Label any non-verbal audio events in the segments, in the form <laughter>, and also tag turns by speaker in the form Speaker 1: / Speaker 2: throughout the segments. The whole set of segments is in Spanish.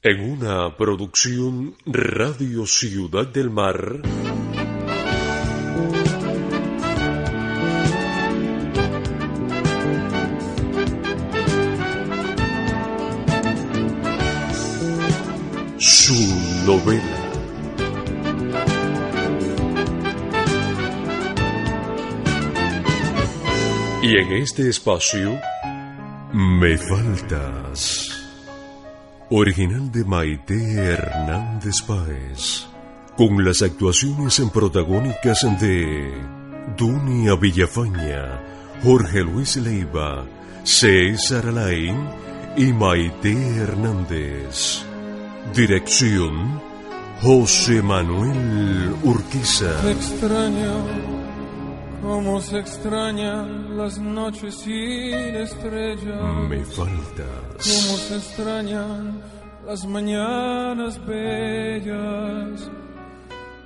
Speaker 1: En una producción Radio Ciudad del Mar. Su novela. Y en este espacio, Me Faltas. Original de Maite Hernández Páez, con las actuaciones en protagónicas de Dunia Villafaña, Jorge Luis Leiva, César Alain y Maite Hernández. Dirección José Manuel Urquiza.
Speaker 2: Te extraño, como se extrañan las noches sin estrellas,
Speaker 1: Me
Speaker 2: como
Speaker 1: faltas.
Speaker 2: se extrañan las mañanas bellas.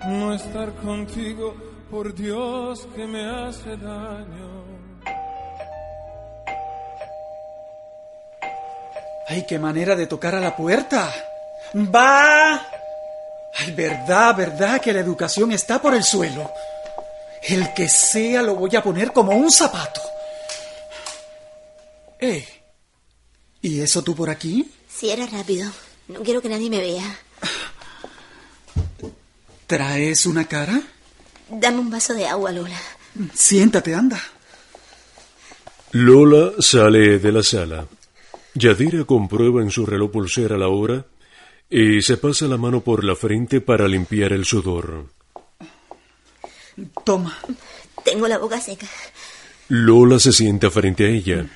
Speaker 2: No estar contigo, por Dios que me hace daño.
Speaker 3: ¡Ay, qué manera de tocar a la puerta! ¡Va! ¡Ay, verdad, verdad que la educación está por el suelo! El que sea lo voy a poner como un zapato. ¡Ey! ¿Y eso tú por aquí?
Speaker 4: Cierra rápido. No quiero que nadie me vea.
Speaker 3: ¿Traes una cara?
Speaker 4: Dame un vaso de agua, Lola.
Speaker 3: Siéntate, anda.
Speaker 1: Lola sale de la sala. Yadira comprueba en su reloj pulsera la hora y se pasa la mano por la frente para limpiar el sudor.
Speaker 3: Toma.
Speaker 4: Tengo la boca seca.
Speaker 1: Lola se sienta frente a ella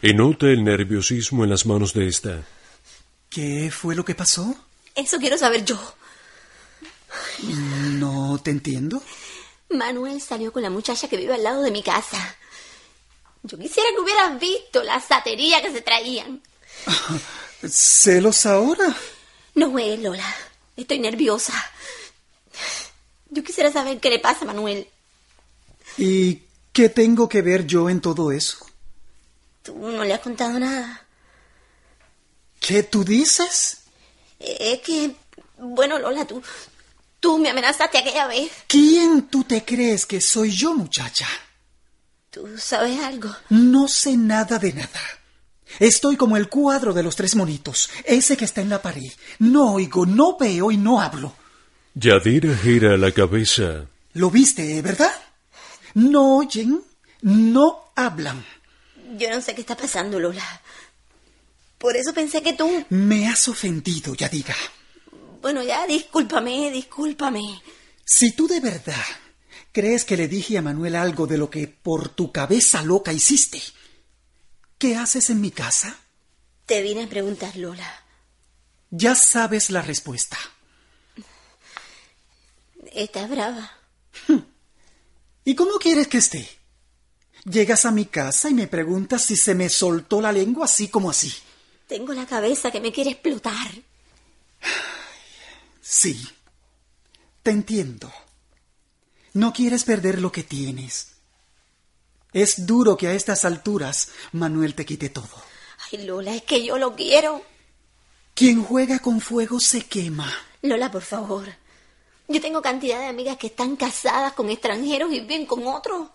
Speaker 1: y nota el nerviosismo en las manos de esta.
Speaker 3: ¿Qué fue lo que pasó?
Speaker 4: Eso quiero saber yo.
Speaker 3: No te entiendo.
Speaker 4: Manuel salió con la muchacha que vive al lado de mi casa. Yo quisiera que hubieras visto la satería que se traían.
Speaker 3: ¿Celos ahora?
Speaker 4: No juegues, Lola. Estoy nerviosa. Yo quisiera saber qué le pasa a Manuel.
Speaker 3: ¿Y qué tengo que ver yo en todo eso?
Speaker 4: Tú no le has contado nada.
Speaker 3: ¿Qué tú dices?
Speaker 4: Es que... Bueno, Lola, tú... Tú me amenazaste aquella vez.
Speaker 3: ¿Quién tú te crees que soy yo, muchacha?
Speaker 4: Tú sabes algo.
Speaker 3: No sé nada de nada. Estoy como el cuadro de los tres monitos, ese que está en la pared. No oigo, no veo y no hablo.
Speaker 1: Yadira gira la cabeza.
Speaker 3: ¿Lo viste, verdad? No oyen, no hablan.
Speaker 4: Yo no sé qué está pasando, Lola. Por eso pensé que tú...
Speaker 3: Me has ofendido, Yadira.
Speaker 4: Bueno, ya, discúlpame, discúlpame.
Speaker 3: Si tú de verdad crees que le dije a Manuel algo de lo que por tu cabeza loca hiciste, ¿qué haces en mi casa?
Speaker 4: Te vine a preguntar, Lola.
Speaker 3: Ya sabes la respuesta.
Speaker 4: Estás brava.
Speaker 3: ¿Y cómo quieres que esté? Llegas a mi casa y me preguntas si se me soltó la lengua así como así.
Speaker 4: Tengo la cabeza que me quiere explotar.
Speaker 3: Sí, te entiendo. No quieres perder lo que tienes. Es duro que a estas alturas Manuel te quite todo.
Speaker 4: Ay, Lola, es que yo lo quiero.
Speaker 3: Quien juega con fuego se quema.
Speaker 4: Lola, por favor. Yo tengo cantidad de amigas que están casadas con extranjeros y viven con otros.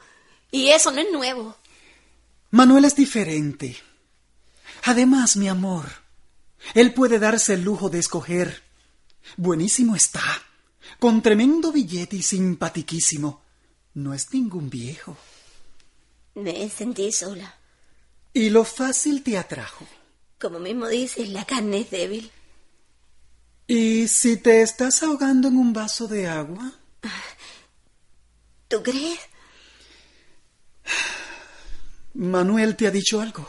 Speaker 4: Y eso no es nuevo.
Speaker 3: Manuel es diferente. Además, mi amor, él puede darse el lujo de escoger. Buenísimo está, con tremendo billete y simpatiquísimo. No es ningún viejo.
Speaker 4: Me sentí sola.
Speaker 3: Y lo fácil te atrajo.
Speaker 4: Como mismo dices, la carne es débil.
Speaker 3: ¿Y si te estás ahogando en un vaso de agua?
Speaker 4: ¿Tú crees?
Speaker 3: Manuel te ha dicho algo.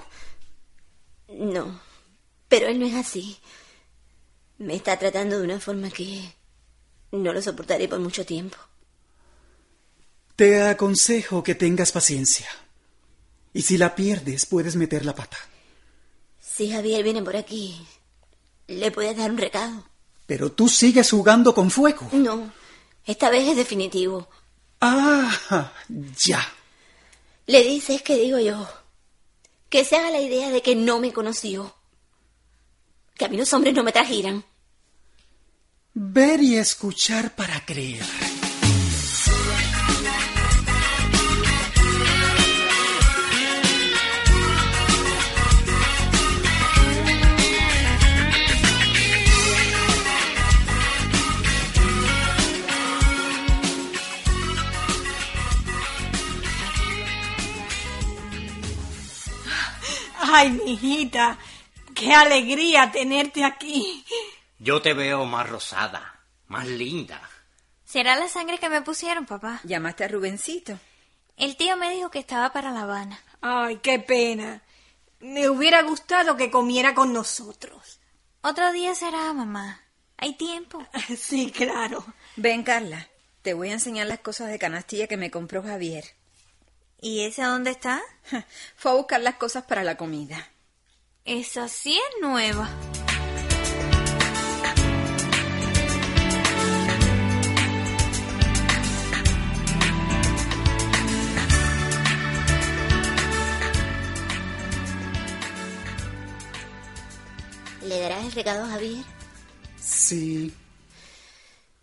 Speaker 4: No. Pero él no es así. Me está tratando de una forma que no lo soportaré por mucho tiempo.
Speaker 3: Te aconsejo que tengas paciencia. Y si la pierdes, puedes meter la pata.
Speaker 4: Si Javier viene por aquí, ¿le puedes dar un recado?
Speaker 3: Pero tú sigues jugando con fuego.
Speaker 4: No, esta vez es definitivo.
Speaker 3: Ah, ya.
Speaker 4: Le dices que digo yo. Que se haga la idea de que no me conoció. Que a mí los hombres no me trajeran.
Speaker 3: Ver y escuchar para creer.
Speaker 5: Ay, mijita, qué alegría tenerte aquí.
Speaker 6: Yo te veo más rosada, más linda.
Speaker 7: Será la sangre que me pusieron, papá.
Speaker 8: Llamaste a Rubencito.
Speaker 7: El tío me dijo que estaba para La Habana.
Speaker 5: Ay, qué pena. Me hubiera gustado que comiera con nosotros. <laughs>
Speaker 7: Otro día será, mamá. Hay tiempo.
Speaker 5: Sí, claro.
Speaker 8: Ven, Carla, te voy a enseñar las cosas de canastilla que me compró Javier.
Speaker 7: ¿Y esa dónde está?
Speaker 8: Fue a buscar las cosas para la comida.
Speaker 7: Esa sí es nueva.
Speaker 4: ¿Le darás el recado a Javier?
Speaker 3: Sí.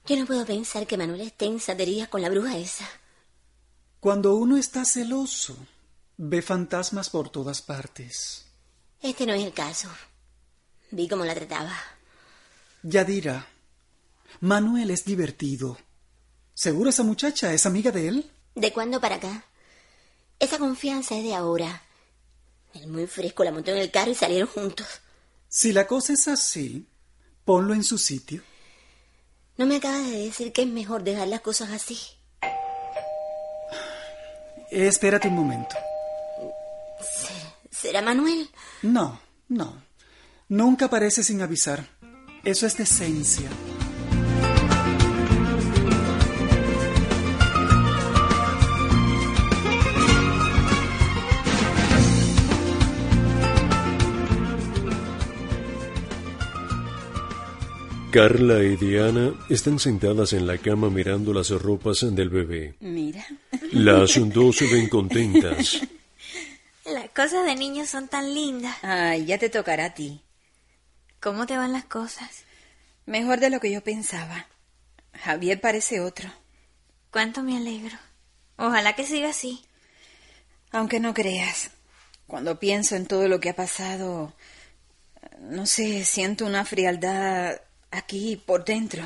Speaker 4: Yo no puedo pensar que Manuel esté en sanderías con la bruja esa.
Speaker 3: Cuando uno está celoso, ve fantasmas por todas partes.
Speaker 4: Este no es el caso. Vi cómo la trataba.
Speaker 3: Yadira, Manuel es divertido. ¿Seguro esa muchacha es amiga de él?
Speaker 4: ¿De cuándo para acá? Esa confianza es de ahora. El muy fresco la montó en el carro y salieron juntos.
Speaker 3: Si la cosa es así, ponlo en su sitio.
Speaker 4: ¿No me acabas de decir que es mejor dejar las cosas así?
Speaker 3: Espérate un momento.
Speaker 4: ¿Será Manuel?
Speaker 3: No, no. Nunca aparece sin avisar. Eso es decencia.
Speaker 1: Carla y Diana están sentadas en la cama mirando las ropas del bebé.
Speaker 8: Mira.
Speaker 1: Las dos se ven contentas.
Speaker 7: Las cosas de niños son tan lindas.
Speaker 8: Ay, ya te tocará a ti.
Speaker 7: ¿Cómo te van las cosas?
Speaker 8: Mejor de lo que yo pensaba. Javier parece otro,
Speaker 7: Cuánto me alegro. Ojalá que siga así.
Speaker 8: aunque no creas. Cuando pienso en todo lo que ha pasado, no sé, siento una frialdad aquí por dentro.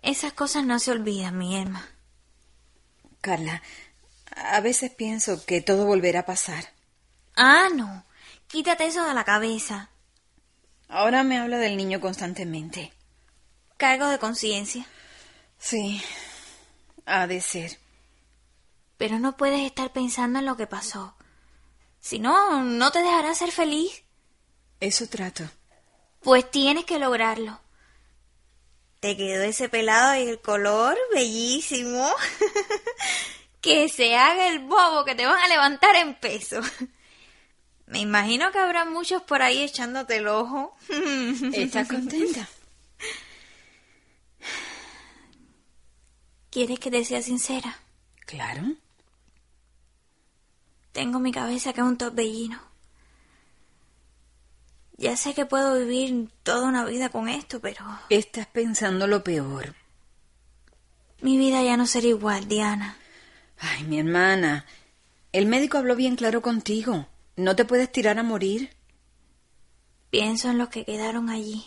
Speaker 7: Esas cosas no se olvidan, mi Emma.
Speaker 8: Carla, a veces pienso que todo volverá a pasar.
Speaker 7: Ah, no. Quítate eso de la cabeza.
Speaker 8: Ahora me habla del niño constantemente.
Speaker 7: Cargo de conciencia.
Speaker 8: Sí, ha de ser.
Speaker 7: Pero no puedes estar pensando en lo que pasó. Si no, no te dejará ser feliz.
Speaker 8: Eso trato.
Speaker 7: Pues tienes que lograrlo. Te quedó ese pelado y el color bellísimo. <laughs> que se haga el bobo que te van a levantar en peso. <laughs> Me imagino que habrá muchos por ahí echándote el ojo. <laughs>
Speaker 8: ¿Estás contenta?
Speaker 7: ¿Quieres que te sea sincera?
Speaker 8: Claro.
Speaker 7: Tengo mi cabeza que es un torbellino. Ya sé que puedo vivir toda una vida con esto, pero
Speaker 8: Estás pensando lo peor.
Speaker 7: mi vida ya no será igual, Diana.
Speaker 8: Ay, mi hermana. El médico habló bien claro contigo. No te puedes tirar a morir.
Speaker 7: Pienso en los que quedaron allí.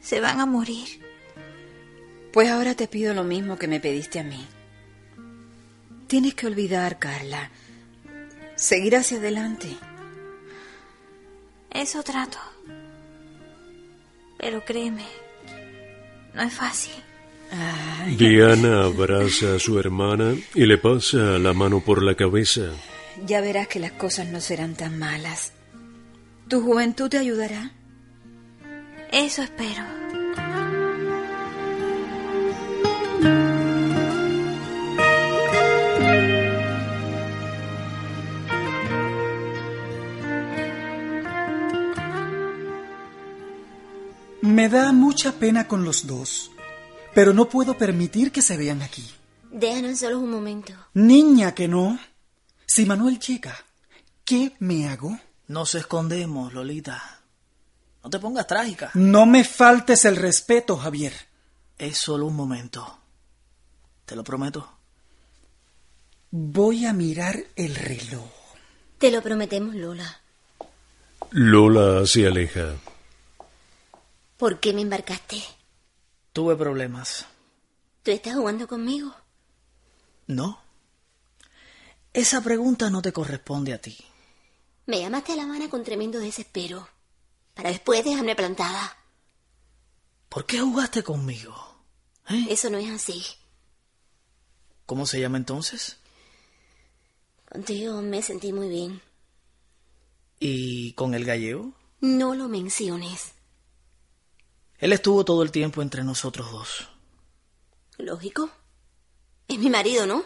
Speaker 7: Se van a morir.
Speaker 8: Pues ahora te pido lo mismo que me pediste a mí. Tienes que olvidar, Carla. Seguir hacia adelante.
Speaker 7: Eso trato. Pero créeme, no es fácil.
Speaker 8: Ay,
Speaker 1: Diana abraza a su hermana y le pasa la mano por la cabeza.
Speaker 8: ya verás que las cosas no serán tan malas. Tu juventud te ayudará.
Speaker 7: Eso espero.
Speaker 3: Me da mucha pena con los dos, pero no puedo permitir que se vean aquí.
Speaker 4: Déjanos solos un momento.
Speaker 3: Niña que no. Si Manuel llega, ¿qué me hago?
Speaker 9: Nos escondemos, Lolita. No te pongas trágica.
Speaker 3: No me faltes el respeto, Javier.
Speaker 9: Es solo un momento. Te lo prometo.
Speaker 3: Voy a mirar el reloj.
Speaker 4: Te lo prometemos, Lola.
Speaker 1: Lola se aleja.
Speaker 4: ¿Por qué me embarcaste?
Speaker 9: Tuve problemas.
Speaker 4: ¿Tú estás jugando conmigo?
Speaker 9: ¿No? Esa pregunta no te corresponde a ti.
Speaker 4: Me llamaste a La Habana con tremendo desespero. Para después dejarme plantada.
Speaker 9: ¿Por qué jugaste conmigo? ¿Eh?
Speaker 4: Eso no es así.
Speaker 9: ¿Cómo se llama entonces?
Speaker 4: Contigo me sentí muy bien.
Speaker 9: ¿Y con el gallego?
Speaker 4: No lo menciones.
Speaker 9: Él estuvo todo el tiempo entre nosotros dos.
Speaker 4: Lógico. Es mi marido, ¿no?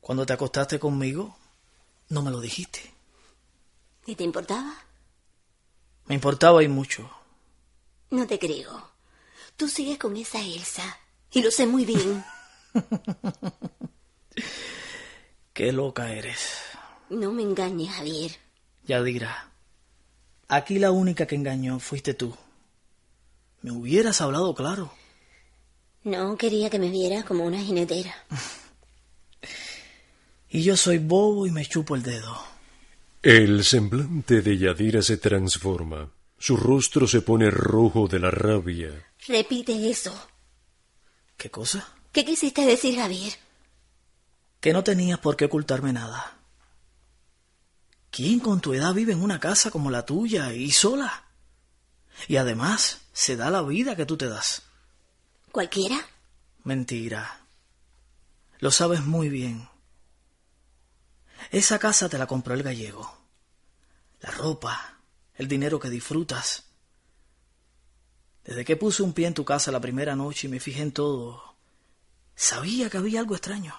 Speaker 9: Cuando te acostaste conmigo, no me lo dijiste.
Speaker 4: ¿Y te importaba?
Speaker 9: Me importaba y mucho.
Speaker 4: No te creo. Tú sigues con esa Elsa. Y lo sé muy bien.
Speaker 9: Qué loca eres.
Speaker 4: No me engañes, Javier.
Speaker 9: Yadira. Aquí la única que engañó fuiste tú. Me hubieras hablado claro.
Speaker 4: No quería que me vieras como una jinetera.
Speaker 9: Y yo soy bobo y me chupo el dedo.
Speaker 1: El semblante de Yadira se transforma. Su rostro se pone rojo de la rabia.
Speaker 4: Repite eso.
Speaker 9: ¿Qué cosa?
Speaker 4: ¿Qué quisiste decir, Javier?
Speaker 9: Que no tenías por qué ocultarme nada. ¿Quién con tu edad vive en una casa como la tuya y sola? Y además se da la vida que tú te das.
Speaker 4: ¿Cualquiera?
Speaker 9: Mentira. Lo sabes muy bien. Esa casa te la compró el gallego. La ropa, el dinero que disfrutas. Desde que puse un pie en tu casa la primera noche y me fijé en todo, sabía que había algo extraño.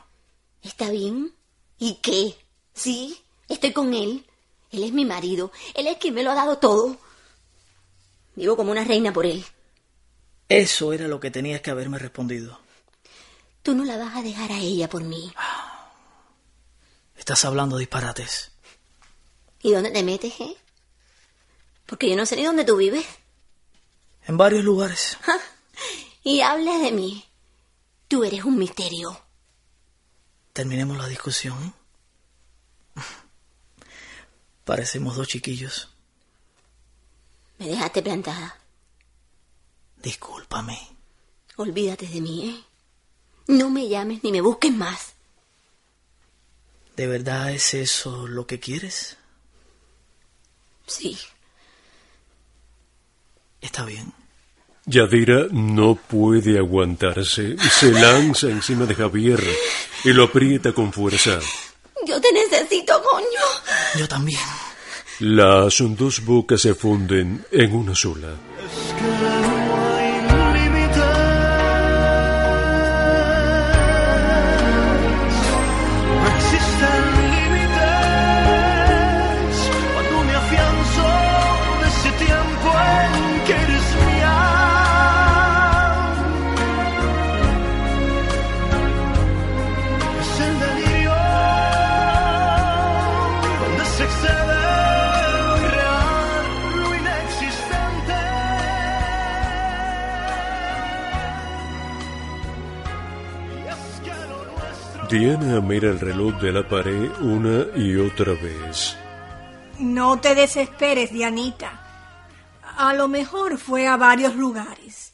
Speaker 4: ¿Está bien? ¿Y qué? Sí, estoy con él. Él es mi marido. Él es quien me lo ha dado todo. Vivo como una reina por él.
Speaker 9: Eso era lo que tenías que haberme respondido.
Speaker 4: Tú no la vas a dejar a ella por mí.
Speaker 9: Estás hablando disparates.
Speaker 4: ¿Y dónde te metes, eh? Porque yo no sé ni dónde tú vives.
Speaker 9: En varios lugares.
Speaker 4: Ja, Y hablas de mí. Tú eres un misterio.
Speaker 9: Terminemos la discusión. Parecemos dos chiquillos.
Speaker 4: Me dejaste plantada.
Speaker 9: Discúlpame.
Speaker 4: Olvídate de mí, ¿eh? No me llames ni me busques más.
Speaker 9: ¿De verdad es eso lo que quieres?
Speaker 4: Sí.
Speaker 9: Está bien.
Speaker 1: Yadira no puede aguantarse. Se lanza encima de Javier y lo aprieta con fuerza.
Speaker 4: Yo te necesito, coño.
Speaker 9: Yo también.
Speaker 1: Las dos bocas se funden en una sola.
Speaker 10: Existen límites cuando me afianzo de ese tiempo en que eres mía. Es el delirio donde se excede lo real, lo inexistente. Y es que lo nuestro.
Speaker 1: Diana mira el reloj de la pared una y otra vez.
Speaker 5: No te desesperes, Dianita. A lo mejor fue a varios lugares.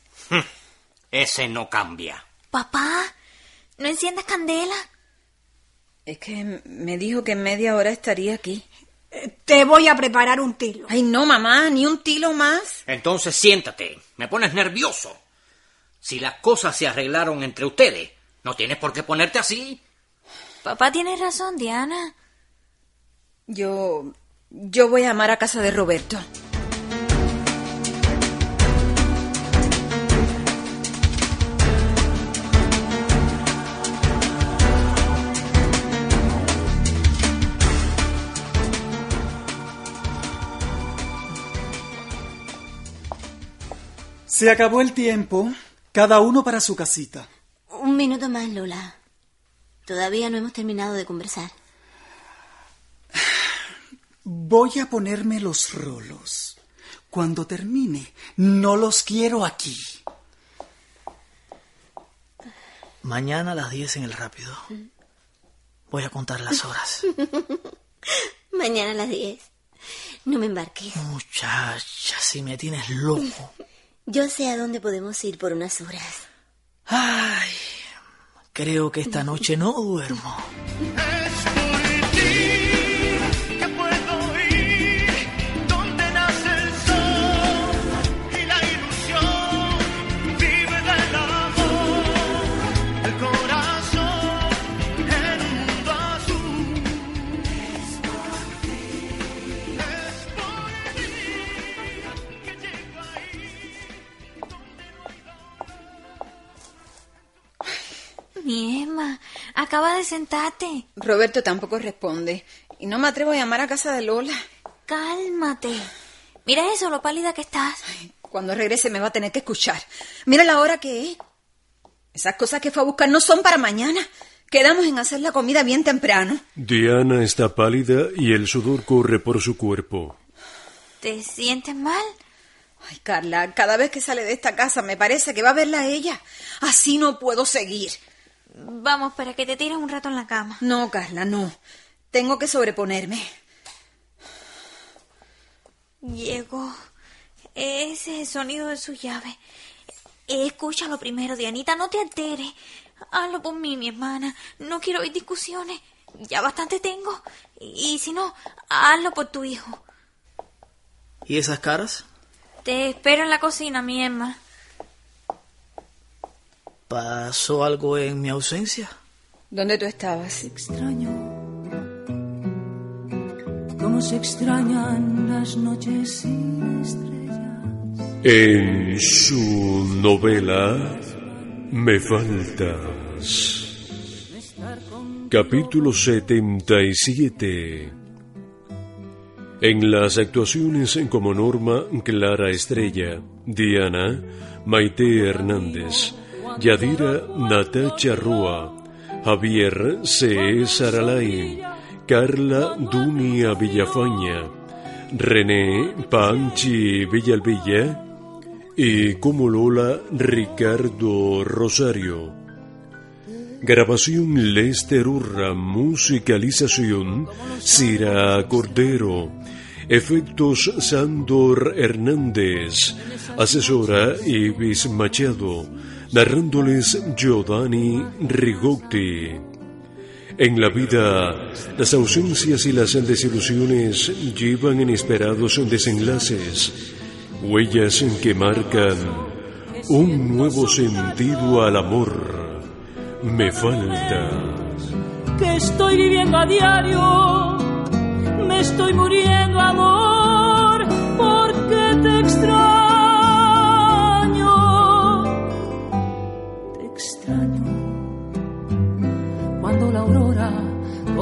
Speaker 6: Ese no cambia.
Speaker 7: Papá, no enciendas candela.
Speaker 8: Es que me dijo que en media hora estaría aquí.
Speaker 5: Te voy a preparar un tilo.
Speaker 8: Ay, no, mamá, ni un tilo más.
Speaker 6: Entonces siéntate. Me pones nervioso. Si las cosas se arreglaron entre ustedes, no tienes por qué ponerte así.
Speaker 7: Papá tiene razón, Diana.
Speaker 8: Yo. Yo voy a amar a casa de Roberto.
Speaker 3: Se acabó el tiempo. Cada uno para su casita.
Speaker 4: Un minuto más, Lola. Todavía no hemos terminado de conversar.
Speaker 3: Voy a ponerme los rolos. cuando termine. No los quiero aquí.
Speaker 9: Mañana a las 10 en el rápido. Voy a contar las horas.
Speaker 4: Mañana a las 10. No me embarques.
Speaker 9: Muchacha, si me tienes loco.
Speaker 4: <laughs> Yo sé a dónde podemos ir por unas horas.
Speaker 9: Ay, creo que esta noche no duermo.
Speaker 10: Que puedo ir donde nace el sol y la ilusión vive del amor, el corazón en un mundo azul. Es por ti, es por ti que llego ahí.
Speaker 7: Mi Emma, acaba de sentarte.
Speaker 8: Roberto tampoco responde. Y no me atrevo a llamar a casa de Lola.
Speaker 7: Cálmate. Mira eso, lo pálida que estás.
Speaker 8: Cuando regrese me va a tener que escuchar. Mira la hora que es. Esas cosas que fue a buscar no son para mañana. Quedamos en hacer la comida bien temprano.
Speaker 1: Diana está pálida y el sudor corre por su cuerpo.
Speaker 7: ¿Te sientes mal?
Speaker 8: Ay, Carla, cada vez que sale de esta casa me parece que va a verla a ella. Así no puedo seguir.
Speaker 7: Vamos, para que te tires un rato en la cama.
Speaker 8: No, Carla, no. Tengo que sobreponerme.
Speaker 7: Llegó. Ese es el sonido de su llave. Escúchalo primero, Dianita, no te alteres. Hazlo por mí, mi hermana. No quiero oír discusiones. Ya bastante tengo. Y si no, hazlo por tu hijo.
Speaker 9: ¿Y esas caras?
Speaker 7: Te espero en la cocina, mi Emma.
Speaker 9: ¿Pasó algo en mi ausencia?
Speaker 8: ¿Dónde tú estabas?
Speaker 11: extraño. Cómo se extrañan las noches sin estrellas.
Speaker 1: En su novela Me faltas. Capítulo 77. En las actuaciones como Norma Clara Estrella, Diana, Maite Hernández, Yadira Natacha Rúa, Javier C. Saralay, Carla Dunia Villafaña, René Panchi Villalvilla y como Lola Ricardo Rosario. Grabación Lester Urra, musicalización Cira Cordero, efectos Sandor Hernández, asesora Ibis Machado, narrándoles Giovanni Rigotti. En la vida, las ausencias y las desilusiones llevan inesperados desenlaces, huellas que marcan un nuevo sentido al amor. Me falta.
Speaker 11: que estoy viviendo a diario. Me estoy muriendo, amor, porque te extraño. Te extraño cuando la aurora